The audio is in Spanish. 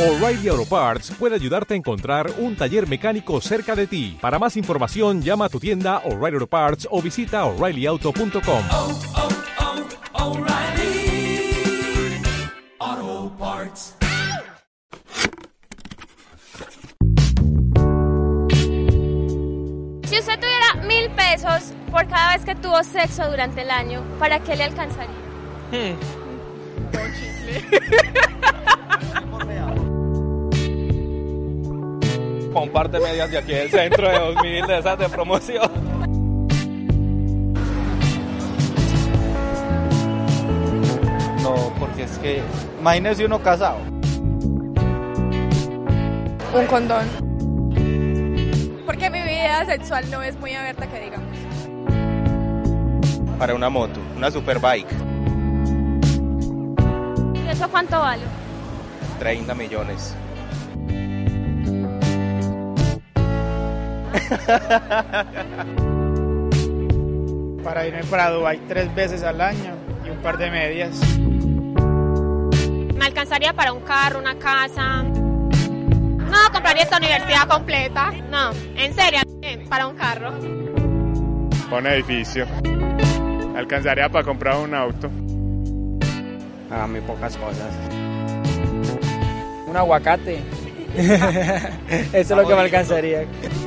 O'Reilly Auto Parts puede ayudarte a encontrar un taller mecánico cerca de ti. Para más información, llama a tu tienda O'Reilly Auto Parts o visita oreillyauto.com. oh, oh, O'Reilly Auto Parts. Si usted tuviera mil pesos por cada vez que tuvo sexo durante el año, ¿para qué le alcanzaría? Comparte medias de aquí del centro de 2000 de esas de promoción. No, porque es que imagínese uno casado. Un condón. Porque mi vida sexual no es muy abierta, que digamos. Para una moto, una superbike, ¿Y eso cuánto vale? 30 millones. para irme para Dubái tres veces al año y un par de medias. Me alcanzaría para un carro, una casa. No, compraría esta universidad completa. No, en serio, para un carro. un edificio. Alcanzaría para comprar un auto. Ah, muy pocas cosas. Un aguacate. Eso es lo que me alcanzaría.